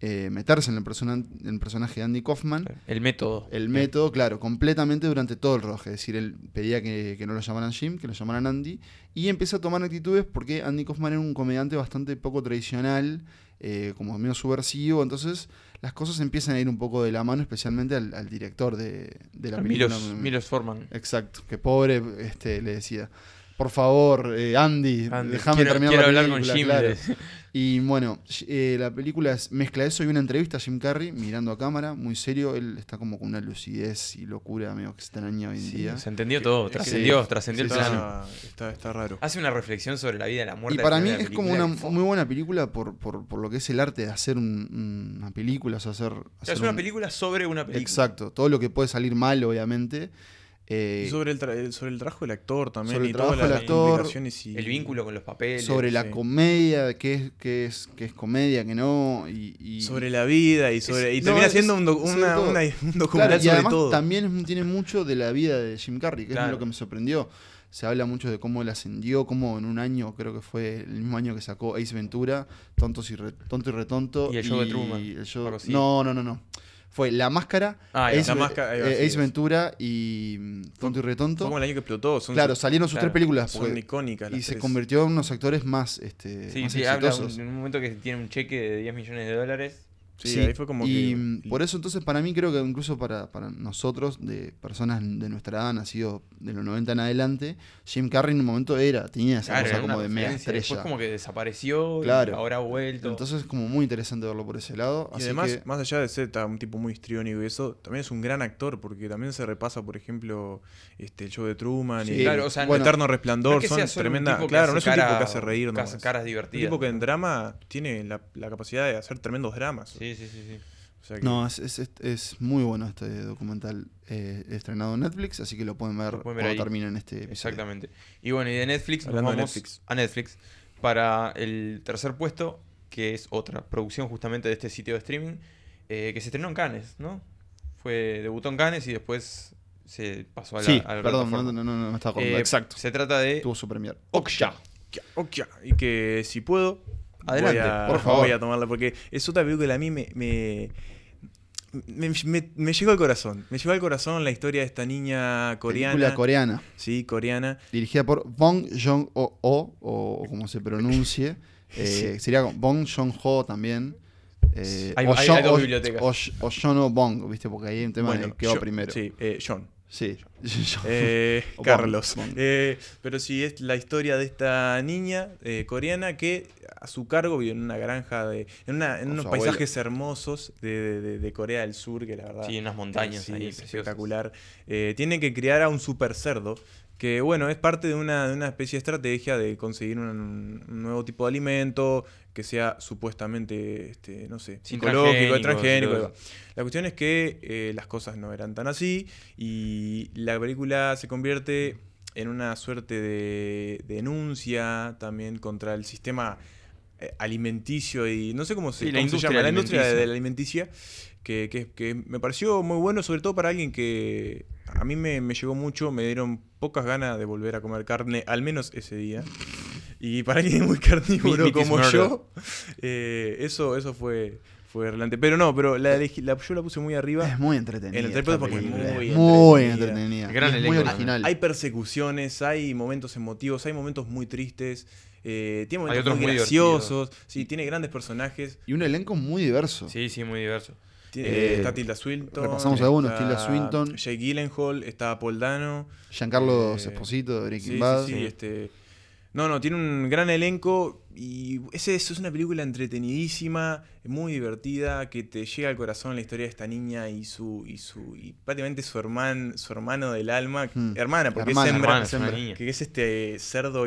B: eh, meterse en el, persona- en el personaje de Andy Kaufman.
A: El método.
B: El método, claro, completamente durante todo el rodaje. Es decir, él pedía que, que no lo llamaran Jim, que lo llamaran Andy. Y empieza a tomar actitudes porque Andy Kaufman era un comediante bastante poco tradicional, eh, como medio subversivo. Entonces, las cosas empiezan a ir un poco de la mano, especialmente al, al director de, de la película.
A: Milos, Milos Forman.
B: Exacto, que pobre este, le decía. Por favor, eh, Andy,
A: Andy,
B: déjame
A: quiero,
B: terminar
A: quiero
B: la
A: hablar
B: película,
A: con Jim.
B: claro.
A: le-
B: Y bueno, sh- eh, la película es- mezcla eso y una entrevista a Jim Carrey mirando a cámara, muy serio. Él está como con una lucidez y locura medio extraña hoy en
A: Sí,
B: día.
A: se entendió
C: Que-
A: todo.
C: es que-
A: Trascendió, trascendió el
B: sí,
A: plano.
C: está, está, está
B: Ah,
C: raro.
A: Hace una reflexión sobre la vida y la
B: Y
A: muerte. al
B: para mí
A: final de la
B: es como
A: película,
B: una
A: que fue-
B: muy buena película por, por, por lo que es el arte de hacer un- una película, o sea, hacer.
A: O sea,
B: hacer
A: es una
B: un-
A: película sobre una película.
B: Exacto, todo lo que puede salir mal, obviamente. eh,
C: Y sobre el, tra- el- sobre el trabajo del actor también.
B: Sobre el
C: y todas
B: trabajo del
C: las
B: actor,
C: implicaciones y-
A: El vínculo con los papeles.
B: sobre la
C: sí.
B: comedia, qué es, qué es, qué es comedia, qué no. Y, y-
C: sobre la vida y sobre. Y
B: No,
C: termina
B: es-
C: siendo un, doc-
B: sobre
C: una-
B: todo.
C: una- un
B: Claro,
C: documental
B: y
C: sobre
B: además
C: todo.
B: también es- tiene mucho de la vida de Jim Carrey, que
A: Claro.
B: es lo que me sorprendió. Se habla mucho de cómo él ascendió, cómo en un año, creo que fue el mismo año que sacó Ace Ventura, Tontos y Re- Tonto y Retonto.
A: Y el show de Truman,
B: el show-
A: algo así.
B: No, no, no, no. Fue La Máscara,
A: Ah,
C: Ahí
B: Ace,
C: va.
B: Ve-
C: La Máscara, ahí va,
B: eh,
C: sí,
B: Ace
C: es.
B: Ventura y mm, Tonto y
C: Fue como
B: Retonto.
C: el año que explotó. Son,
B: Claro, salieron sus
A: Claro.
B: tres películas.
C: son
B: fue-
C: icónicas. las
B: y se
C: tres.
B: convirtió en unos actores más, este,
A: Sí,
B: más
A: sí, habla
B: exitosos.
A: un- en un momento que tiene un cheque de 10 millones de dólares.
C: Sí, ahí fue como
B: y
C: que-
B: mm, por eso entonces para mí creo que incluso para, para nosotros, de personas de nuestra edad, nacidos de los 90 en adelante, Jim Carrey en un momento era, tenía esa
A: Claro,
B: cosa
A: era una
B: como de mega
A: referencia. Después
B: estrella.
A: como que desapareció. y
B: Claro.
A: ahora ha vuelto.
B: Entonces es como muy interesante verlo por ese lado.
C: Y
B: así
C: además,
B: que-
C: más allá de ser ta- un tipo muy histriónico y eso, también es un gran actor, porque también se repasa, por ejemplo, este, el show de Truman
B: Sí,
C: y
A: claro, o sea,
B: bueno,
C: Eterno
A: no
C: Resplandor,
A: es que sea
C: son
A: solo un
C: tremenda.
A: tipo que
C: Claro,
A: hace
C: no es un tipo
A: cara-
C: que hace reír
A: cas-
C: nomás.
A: Caras
C: un
A: divertidas.
C: tipo que en drama tiene la, la capacidad de hacer tremendos dramas.
A: Sí, sí, sí. sí.
C: O sea que-
B: no, es, es- es- es muy bueno este documental eh, estrenado en Netflix, así que lo pueden ver,
A: Lo pueden ver
B: cuando
A: ahí.
B: terminen este episodio.
A: Exactamente. Y bueno, y de Netflix nos
C: Hablando de
A: vamos
C: Netflix.
A: a Netflix para el tercer puesto, que es otra producción justamente de este sitio de streaming, eh, que se estrenó en Cannes, ¿no? Fue, debutó en Cannes y después se pasó a la,
B: Sí,
A: a la
B: perdón, no,
A: plataforma.
B: no, no, no me estaba acordando.
A: Eh,
B: Exacto.
A: Se trata de
B: Tuvo su premier.
A: Oksha.
C: Ya, ok, ya. oh, Y que si puedo,
A: Adelante,
C: voy a,
B: por favor.
C: voy a tomarla, porque es otra película que a mí me... me me, me- me llegó al corazón, me llegó al corazón la historia de esta niña coreana,
B: Película coreana.
C: sí, coreana,
B: dirigida por Bong Joon-ho, o, o como se pronuncie. Eh, Sería como Bong Joon-ho también. Eh,
A: Hay-
B: o
A: hay-
B: Joon-
A: hay dos
B: o-
A: bibliotecas.
B: O, o Joon o Bong, ¿viste? Porque ahí hay un tema de que va
C: yo-
B: primero. Sí.
C: Sí, eh, John.
B: Yo-
C: Eh,
B: O Bond,
C: Carlos.
B: Bond.
C: Eh, pero sí, es la historia de esta niña eh, coreana que a su cargo vive en una granja de. en, una- en
B: Con
C: unos
B: su
C: paisajes hermosos de, de- de Corea del Sur, que la verdad.
A: Sí, en unas montañas
C: sí,
A: ahí,
C: es
A: preciosas.
C: espectacular. Eh, tiene que criar a un super cerdo. Que bueno, es parte de una, de una especie de estrategia de conseguir un, un nuevo tipo de alimento que sea supuestamente, este, no sé,
A: Sin
C: psicológico,
A: transgénicos,
C: transgénico.
A: todo
C: ahí va. La cuestión es que eh, las cosas no eran tan así y la película se convierte en una suerte de denuncia también contra el sistema eh, alimenticio y no sé cómo
A: Sí,
C: se,
A: la
C: cómo se
A: industria
C: llama, la industria de
A: alimenticia.
C: la alimenticia, que, que- que me pareció muy bueno, sobre todo para alguien que a mí me, me llegó mucho, me dieron pocas ganas de volver a comer carne, al menos ese día. Y para alguien muy carnívoro
A: Meat is
C: como
A: murder.
C: yo, eh, eso, eso fue, fue relante. Pero no, pero la, elegí- la- yo la puse muy arriba.
B: es muy entretenida.
C: En el teléfono
B: esta
C: porque es
B: película,
C: muy
B: es muy
C: entretenida.
B: entretenida.
A: Gran
B: y es muy
A: elenco
B: original.
C: Hay persecuciones, hay momentos emotivos, hay momentos muy tristes, eh, tiene
A: Hay
C: momentos
A: otros
C: muy
A: muy
C: graciosos, sí, tiene grandes personajes.
B: Y un elenco muy diverso.
A: Sí, sí, muy diverso.
C: Tiene-
B: Eh,
C: está Tilda Swinton.
B: repasamos algunos,
C: está
B: Tilda Swinton.
C: Jake Gyllenhaal, está Paul Dano.
B: Giancarlo
C: Eh,
B: Esposito de Breaking
C: Sí, sí,
B: Bad.
C: sí, este. No, no, tiene un gran elenco y ese- eso es una película entretenidísima, muy divertida, que te llega al corazón la historia de esta niña y su y su y prácticamente su hermano, su hermano del alma,
B: Mm.
C: hermana, porque
B: Hermana,
C: es hembra,
A: Hmm. Hermana, es una
B: Sembra.
A: niña.
C: que es este cerdo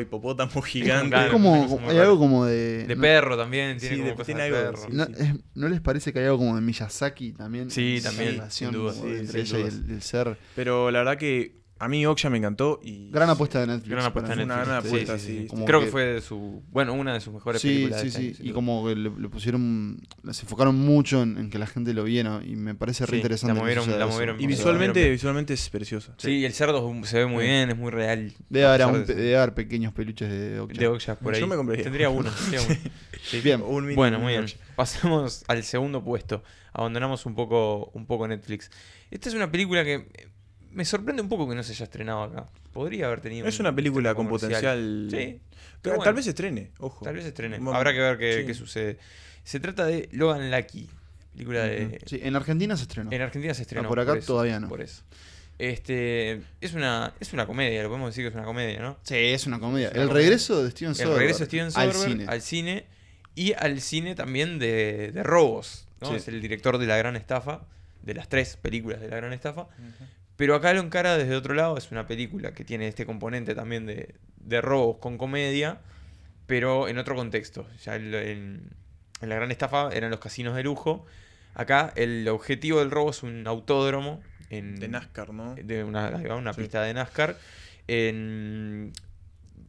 C: hipopótamo
B: Es
A: Claro,
C: gigante.
A: una
B: como,
A: cosa muy
B: hay
A: rara.
B: algo como de.
A: De
B: Eh, no-
A: perro también, tiene
C: Sí,
A: como
C: de-
A: cosas
C: tiene
A: de
C: algo de-
A: perro.
C: sí.
B: No, es- ¿no les parece que hay algo como de Miyazaki también?
A: Sí,
B: Esa
A: también,
B: relación
A: sin duda.
B: como
C: Sí,
B: entre
C: sin
B: ella y
C: dudas.
B: el, el ser.
C: Pero la verdad que a mí Okja me encantó y
B: Gran apuesta de Netflix.
A: Gran apuesta
B: para
A: en
C: Fue
B: mí.
C: una
A: Netflix.
C: gran
A: sí,
C: apuesta,
A: sí, sí.
C: sí.
B: Como
A: Creo que...
B: que-
A: fue de su. Bueno, una de sus mejores
B: Sí,
A: películas. de
B: sí,
A: este
B: sí.
A: año, sin
B: Y
A: duda.
B: como que le, le pusieron. Se enfocaron mucho en, en que la gente lo viera. Y me parece
A: Sí,
B: re
A: la
B: interesante. que
A: movieron-
B: suceda
A: la
B: eso.
A: movieron
C: Y
A: Como
C: visualmente,
A: que-
C: visualmente es preciosa.
A: Sí, y el cerdo es un- se ve muy
C: Sí.
A: bien, es muy real.
B: Debe haber,
A: A pesar
B: un-
A: de-
B: debe haber pequeños peluches de Okja.
A: de Uh, Okja por ahí.
C: Yo me compraría.
A: Tendría uno. tendría uno. Sí.
B: Bien.
C: Un mini-
A: Bueno,
C: un
A: muy bien.
C: Okja.
A: Pasemos al segundo puesto. Abandonamos un poco, un poco Netflix. Esta es una película que eh, me sorprende un poco que no se haya estrenado acá. Podría haber tenido.
C: Es
A: un este
C: una película
A: estreno
C: con potencial.
A: Sí.
C: Tal,
A: pero bueno.
C: tal vez estrene, ojo.
A: Tal vez estrene.
C: Vamos.
A: Habrá que ver qué,
C: Sí.
A: qué sucede. Se trata de Logan Lucky. Película de.
B: Sí, en Argentina se estrenó.
A: En Argentina se estrenó.
B: por acá
A: eso,
B: todavía no.
A: Por eso. Este, es, una, es una comedia, lo podemos decir que es una comedia, ¿no?
B: Sí, es una comedia.
A: Es una
B: el
A: comedia.
B: regreso de Steven Soderbergh.
A: El regreso de Steven
B: al
A: Soderbergh
B: cine.
A: y al cine también de, de robos. ¿no?
B: Sí.
A: Es el director de La Gran Estafa, de las tres películas de La Gran Estafa. Pero acá lo encara desde otro lado, es una película que tiene este componente también de, de robos con comedia, pero en otro contexto. Ya el- en, en la gran estafa eran los casinos de lujo. Acá el objetivo del robo es un autódromo en,
C: De NASCAR, ¿no?
A: de una, ahí va, una
C: Sí.
A: pista de NASCAR. En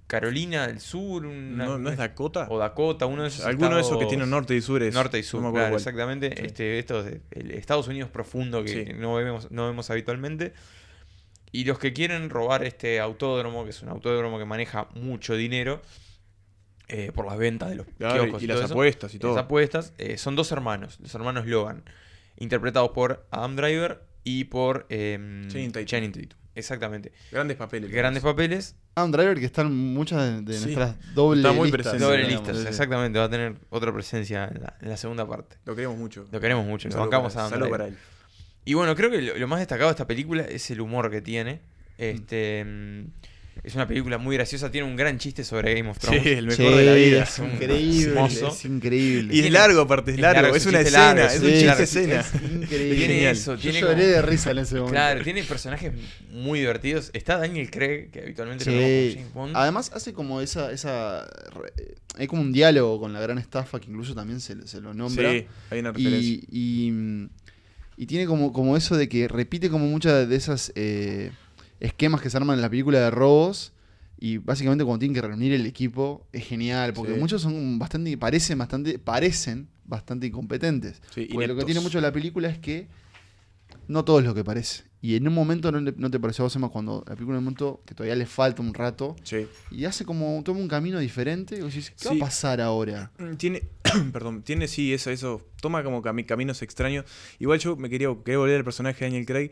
A: Carolina del Sur, una-
C: ¿No, no es Dakota?
A: eh, o Dakota, uno de esos
C: Alguno de esos que
A: estados-
C: tiene norte y sur es.
A: Norte y sur,
C: no me
A: claro,
C: acuerdo cuál.
A: exactamente.
C: Sí.
A: Este, estos de- el Estados Unidos profundo que
C: Sí.
A: no, vemos, no vemos habitualmente. Y los que quieren robar este autódromo, que es un autódromo que maneja mucho dinero eh, por las ventas de los
C: Claro,
A: kioscos
C: y,
A: todo
C: las
A: eso,
C: apuestas y todo.
A: las apuestas, eh, son dos hermanos, los hermanos Logan, interpretados por Adam Driver y por eh,
C: Channing Tatum.
A: Tatum. Exactamente.
C: Grandes papeles.
A: Grandes papeles,
B: Adam Driver, que están muchas de, de
C: Sí.
B: nuestras doble
C: Está muy
B: listas.
C: presente,
A: doble
C: digamos,
A: listas,
B: Sí, sí.
A: exactamente. Va a tener otra presencia en la, en la segunda parte.
C: Lo queremos mucho.
A: Lo queremos mucho, lo
C: Saludo
A: bancamos a
C: para él,
A: Adam
C: saludo
A: Driver.
C: para él.
A: Y bueno, creo que lo, lo más destacado de esta película es el humor que tiene. Este mm, es una película muy graciosa, tiene un gran chiste sobre Game of
C: Sí,
A: Thrones.
C: el mejor
B: Sí,
C: de la vida.
B: Es increíble.
A: Mm, Hermoso.
B: Es increíble.
C: Y es
A: tiene-
C: largo, aparte, es
A: es
C: largo.
A: largo,
C: Es
A: es un
C: una
A: chiste
C: escena,
A: largo,
C: es
A: es
C: un
A: un
C: chiste
A: chiste
C: escena.
B: Es increíble.
A: Tiene
C: genial.
A: eso,
B: Yo
A: tiene
B: lloré
A: como-
B: de risa en ese momento.
A: Claro, tiene personajes muy divertidos. Está Daniel Craig, que habitualmente lo vemos
B: Sí.
A: como James Bond.
B: Además hace como esa, esa re- eh, hay como un diálogo con la gran estafa que incluso también se, se lo nombra.
C: Sí, hay una referencia.
B: y, y, y tiene como, como eso de que repite como muchas de esas eh, esquemas que se arman en la película de robos. Y básicamente cuando tienen que reunir el equipo es genial, porque
C: Sí.
B: muchos son bastante, parecen bastante, parecen bastante incompetentes.
C: Sí,
A: pues,
B: Porque lo que
C: ineptos.
B: tiene mucho la película es que no todo es lo que parece. Y en un momento no, le- no te pareció a vos, Emma, cuando la película en un momento que todavía le falta un rato
C: Sí.
B: y hace como, toma un camino diferente y vos decís, ¿qué va
C: Sí.
B: a pasar ahora?
C: Mm, Tiene, perdón, tiene sí, eso, eso. Toma como cami- caminos extraños. Igual yo me quería, quería volver al personaje de Daniel Craig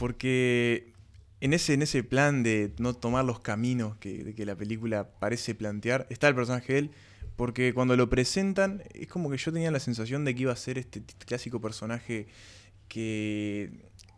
C: porque en ese, en ese plan de no tomar los caminos que, de que la película parece plantear, está el personaje de él. Porque cuando lo presentan, es como que yo tenía la sensación de que iba a ser este t- clásico personaje que,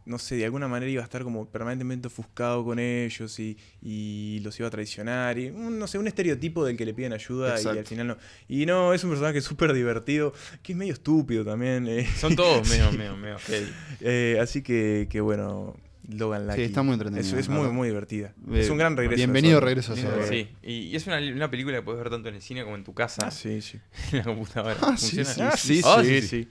C: no sé, de alguna manera iba a estar como permanentemente ofuscado con ellos y, y los iba a traicionar. Y, un- no sé, un estereotipo del que le piden ayuda y al
B: Exacto.
C: final no. Y no, es un personaje súper divertido, que es medio estúpido también. eh.
A: Son todos medio, medio, medio heavy.
C: Eh, así que, que bueno, Logan Lucky.
B: Sí, está muy entretenida,
C: Es, es
B: la
C: muy,
B: verdad.
C: muy divertida.
B: Eh,
C: es un gran regreso.
B: bienvenido
C: de
B: regreso a
C: Bienvenido
B: Soderbergh.
A: Sí, y, y es una, una película que puedes ver tanto en el cine como en tu casa,
C: Ah, sí, sí.
A: en la computadora.
B: Ah, sí,
A: ¿Funciona?
B: sí,
C: Ah, sí,
A: Ah,
C: sí,
A: sí,
C: sí.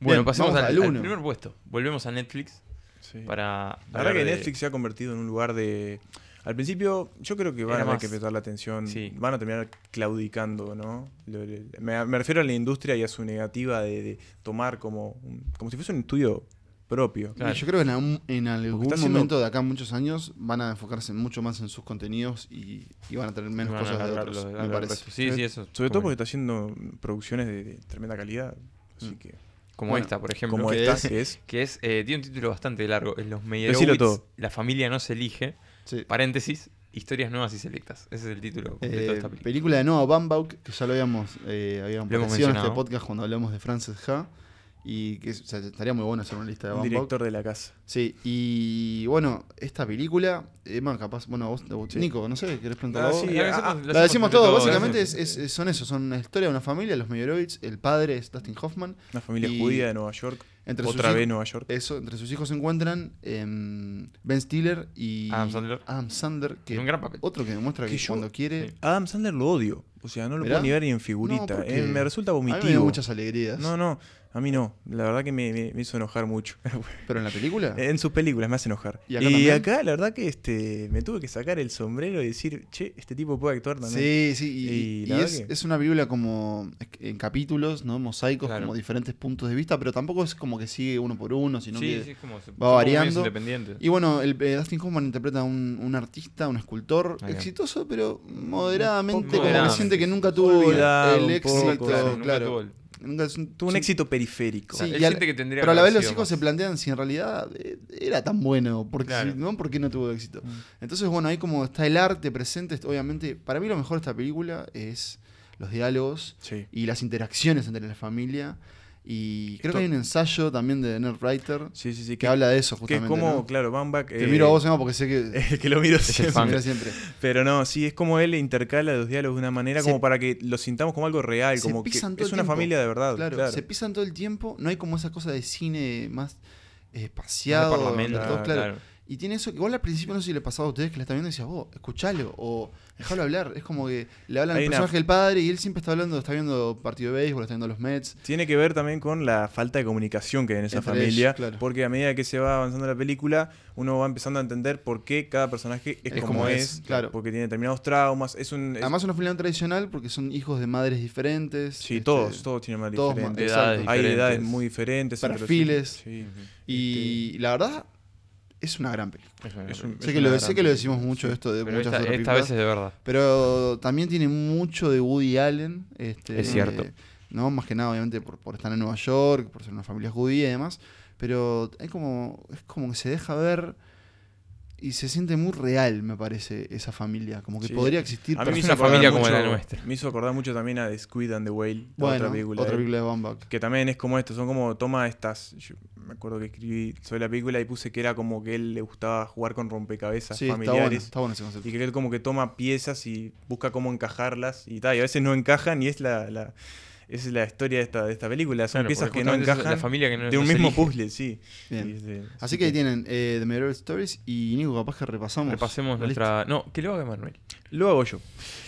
A: Bueno,
B: Bien,
A: pasemos
B: vamos
A: al,
B: al
A: al
B: uno.
A: primer puesto. Volvemos a Netflix
C: Sí.
A: para.
C: La verdad
A: hablar
C: que
A: de-
C: Netflix se ha convertido en un lugar de. Al principio, yo creo que van
A: Era
C: a tener
A: más.
C: que prestarle atención.
A: Sí.
C: Van a terminar claudicando, ¿no? Lo- lo- Me, me refiero a la industria y a su negativa de, de tomar como, un- como si fuese un estudio propio.
B: Y
A: Claro.
B: yo creo que en, algún- en algún
C: está
B: momento
C: siendo-
B: de acá a muchos años van a enfocarse mucho más en sus contenidos y, y van a tener menos
A: Van a
B: cosas de
A: hablar
B: otros,
A: los-
B: me
A: hablar del
B: parece.
A: resto. Sí, sí, eso.
C: Sobre todo porque
A: como-
C: está haciendo producciones de, de tremenda calidad. Así
B: Mm.
C: que.
A: Como
B: bueno,
A: esta, por ejemplo.
C: Como
B: que
C: esta,
B: es-
C: que es.
A: que es eh, tiene un título bastante largo es los
C: Decilo
A: Meyerowitz
C: todo.
A: la familia no se elige
B: Sí.
A: paréntesis historias nuevas y selectas ese es el título completo de
B: Eh,
A: esta película
B: película de Noah Baumbach, que ya lo habíamos, eh, habíamos
A: Lo hemos
B: mencionado en este
A: mencionado.
B: podcast cuando hablamos de Frances Ha. Y que, o sea, estaría muy bueno hacer una lista de
C: Un
B: Van Vogt.
C: director de la casa.
B: Sí, y bueno, esta película, Emma, capaz, bueno, vos, vos-
C: Sí.
B: Nico, no sé, ¿querés preguntar
C: Ah,
B: algo?
C: sí,
A: La
C: ah,
A: hacemos-
B: La decimos todo, básicamente
A: hacemos.
B: es, es- son eso, son la historia de una familia, los Meyerowitz, el padre es Dustin Hoffman,
C: Una familia
B: Y-
C: judía de Nueva York.
B: entre sus
C: Otra
B: hij-
C: vez Nueva York.
B: eso, entre sus hijos se encuentran em, Ben Stiller y
A: Adam Sandler.
B: Adam Sandler, que
A: Un gran papel.
B: otro que demuestra que,
C: Que yo-
B: cuando quiere...
A: Sí.
C: Adam Sandler lo odio. O sea, no lo
B: ¿Mirá?
C: puedo ni ver ni en
B: No,
C: figurita.
B: porque
C: Eh, me resulta
B: A mí me
C: vomitivo.
B: dio muchas alegrías,
C: No, no, a mí no. La verdad que me, me- me hizo enojar mucho.
B: pero en la película...
C: en sus películas me hace enojar.
B: ¿Y
C: Y,
B: acá
C: acá,
B: también?
C: la verdad que este me tuve que sacar el sombrero y decir, che, este tipo puede actuar también.
B: Sí, sí, y,
C: Y
B: y
C: la verdad
B: es,
C: que-
B: es una película como eh, en capítulos, ¿no? Mosaicos,
A: Claro.
B: como diferentes puntos de vista, pero tampoco es como que sigue uno por uno, sino
A: Sí,
B: que...
A: sí, es como. son
B: va
A: como medios
B: variando.
A: independientes.
B: Y bueno, el, eh, Dustin Hoffman interpreta a un, un artista, un escultor
A: Ahí va.
B: exitoso, pero moderadamente, como que
A: Moderadamente.
B: siente que nunca tuvo
C: Olvidado
B: el
C: un
B: éxito.
C: poco, claro,
A: nunca
B: claro,
A: tuvo el-
B: Nunca es un-
C: Tuvo un
B: sí,
C: éxito periférico.
B: Sí,
A: Él
B: y al-
A: siente que tendría
B: Pero a
A: que
B: la vez
A: haber
B: los
A: sido
B: hijos se
A: más.
B: plantean si en realidad eh, era tan bueno, porque
A: Claro.
B: si no, ¿por qué no tuvo éxito?
C: Mm.
B: Entonces, bueno, ahí como está el arte presente, est- obviamente, para mí lo mejor de esta película es los diálogos
C: Sí.
B: y las interacciones entre la familia. Y creo
C: Esto-
B: que hay un ensayo también de Nerd Writer
C: Sí, sí, sí.
B: que habla de eso,
C: que es
B: justamente.
C: como,
B: ¿no?
C: claro, Van Back,
B: Te
C: eh,
B: miro a vos, Emma, porque sé que
C: el que lo miro
A: el fan.
C: siempre.
B: siempre, siempre.
C: Pero no, sí, es como él intercala los diálogos de una manera
B: Se-
C: como para que lo sintamos como algo real,
B: se
C: como que es
B: pisan
C: una
B: todo el tiempo.
C: familia de verdad.
B: Claro,
C: Claro,
B: se pisan todo el tiempo. No hay como esa cosa de cine más eh, espaciado.
A: Más de
B: donde
A: parlamento,
B: todos, claro.
A: claro.
B: Y tiene eso que igual al principio no sé si le pasaba a ustedes que la están viendo y decías, vos, escuchalo o déjalo hablar. Es como que le hablan al
C: Hay una-
B: personaje del padre y él siempre está hablando, está viendo partido de béisbol, está viendo los Mets.
C: Tiene que ver también con la falta de comunicación que hay en esa
B: Entre
C: familia,
B: ellos, claro.
C: porque a medida que se va avanzando la película, uno va empezando a entender por qué cada personaje es, como, es,
B: claro.
C: porque tiene determinados traumas, es un... es-
B: Además, una familia tradicional porque son hijos de madres diferentes.
C: sí,
B: este,
C: todos, todos tienen más
B: todos ma-
C: diferentes.
B: exacto.
A: edades.
C: Hay edades
A: diferentes.
C: muy diferentes. entre los-
B: Perfiles.
C: Sí.
B: Y la verdad, es una gran película.
A: Es una
C: Este, Es
A: gran
C: un-
B: Sé
C: es
B: que, lo,
C: una
B: sé
C: gran
B: que lo
C: película,
B: decimos mucho
C: sí.
B: esto de
A: Pero
B: muchas
A: esta, esta
B: otras películas.
A: vez es de verdad.
B: Pero también tiene mucho de Woody Allen. Este,
A: Es cierto.
B: eh, ¿no? Más que nada, obviamente, por, por estar en Nueva York, por ser una familia judía y demás. Pero es como, es como que se deja ver y se siente muy real, me parece, esa familia. Como que
C: Sí.
B: podría existir.
C: A mí
B: pero-
C: me
A: es
C: hizo
A: una
C: acordar
A: familia como la
C: mucho-
A: nuestra.
C: Me hizo acordar mucho también a The Squid and the Whale, la
B: bueno,
C: otra película. de él.
B: de Van Buck.
C: Que también es como esto, son como toma estas. Yo me acuerdo que escribí sobre la película y puse que era como que él le gustaba jugar con rompecabezas
B: Sí, está bueno,
C: familiares.
B: está bueno ese concepto.
C: Y que él como que toma piezas y busca cómo encajarlas y tal. Y a veces no encajan y es la, la- esa es la historia de esta, de esta película. Son
A: Claro,
C: piezas
A: porque
C: que no
A: justamente es
C: encajan
A: La familia que no
C: de un
A: no se
C: mismo
A: elige.
C: puzzle, sí.
B: Bien.
C: Y es de-
B: Así que ahí tienen eh, The Mirror Stories y Nico, capaz que repasamos.
A: Repasemos
B: la
A: nuestra. No, que lo haga Manuel.
C: Lo hago yo.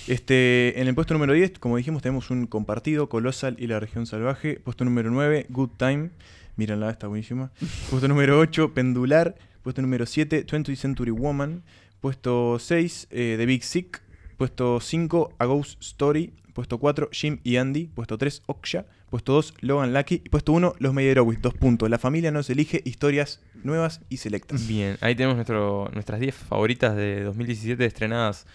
C: Este, en el puesto número 10, como dijimos, tenemos un compartido, Colosal y la región salvaje. Puesto número 9, Good Time. Mírenla, está buenísima. Puesto número 8, Pendular. Puesto número 7, 20th Century Woman. Puesto 6, eh, The Big Sick. Puesto 5, A Ghost Story. Puesto 4, Jim y Andy. Puesto 3, Oksha. Puesto 2, Logan Lucky. Y puesto 1, Los Meyerowitz. Dos puntos. La familia nos elige historias nuevas y selectas.
A: Bien, ahí tenemos nuestro, nuestras 10 favoritas de 2017 estrenadas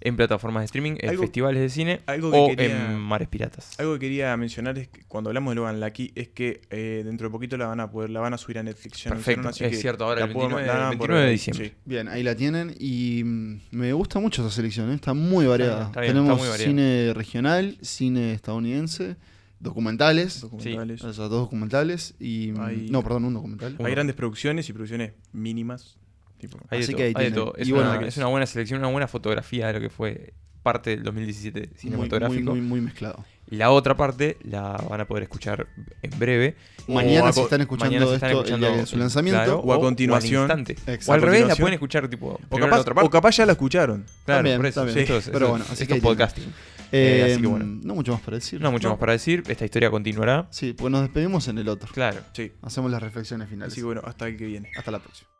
A: en plataformas de streaming, en
C: Algo-
A: festivales de cine
C: algo que
A: o
C: quería-
A: en mares piratas.
C: Algo que quería mencionar es que cuando hablamos de Logan Lucky es que eh, dentro de poquito la van a poder, la van a subir a Netflix. ya
A: Perfecto,
C: anunciaron,
A: es
C: que
A: cierto, ahora
C: la
A: el
C: puedo-
A: 29
C: la van a poder
A: 29 de
C: ver,
A: diciembre.
C: sí.
B: Bien, ahí la tienen y mm, me gusta mucho esa selección, ¿eh? está muy variada.
A: está bien, está
B: Tenemos
A: muy variada.
B: cine regional, cine estadounidense, documentales,
C: Documentales.
B: o sea, dos documentales y... mm,
C: Hay-
B: No, perdón, un documental.
A: Uno.
C: Hay grandes producciones y producciones mínimas. Tipo,
A: Hay de
B: Así
A: todo,
B: que ahí
A: hay de
B: tienen.
A: todo. Es,
B: Y
A: una,
B: bueno,
A: es una buena selección, una buena fotografía de lo que fue parte del 2017
B: Muy- muy,
A: cinematográfico.
B: Muy, muy mezclado.
A: La otra parte la van a poder escuchar en breve.
C: Oh,
B: Mañana
A: O a
B: si
A: co-
B: están escuchando
A: mañana si están
B: esto el
A: escuchando
B: día de su
A: el-
B: lanzamiento.
A: claro,
C: O a
A: al
C: continuación.
A: instante.
B: Exacto.
A: O al
C: A
A: revés, la
C: continuación.
A: pueden escuchar tipo
C: o,
A: primero la
C: capaz,
A: otra
C: o
A: parte.
C: capaz ya la escucharon.
A: Claro,
B: También,
A: por eso.
B: también.
A: Esto es-
B: Pero
A: esto es-
B: bueno, así
A: esto
B: que ahí
A: es
B: tienen.
A: podcasting. Eh, así que
B: Em,
A: bueno.
B: No mucho más para decir.
A: No mucho más para decir, esta historia continuará.
B: Sí, pues nos despedimos en el otro.
A: Claro.
C: Sí.
B: Hacemos las reflexiones finales.
C: Así que bueno, hasta el que viene.
B: Hasta la próxima.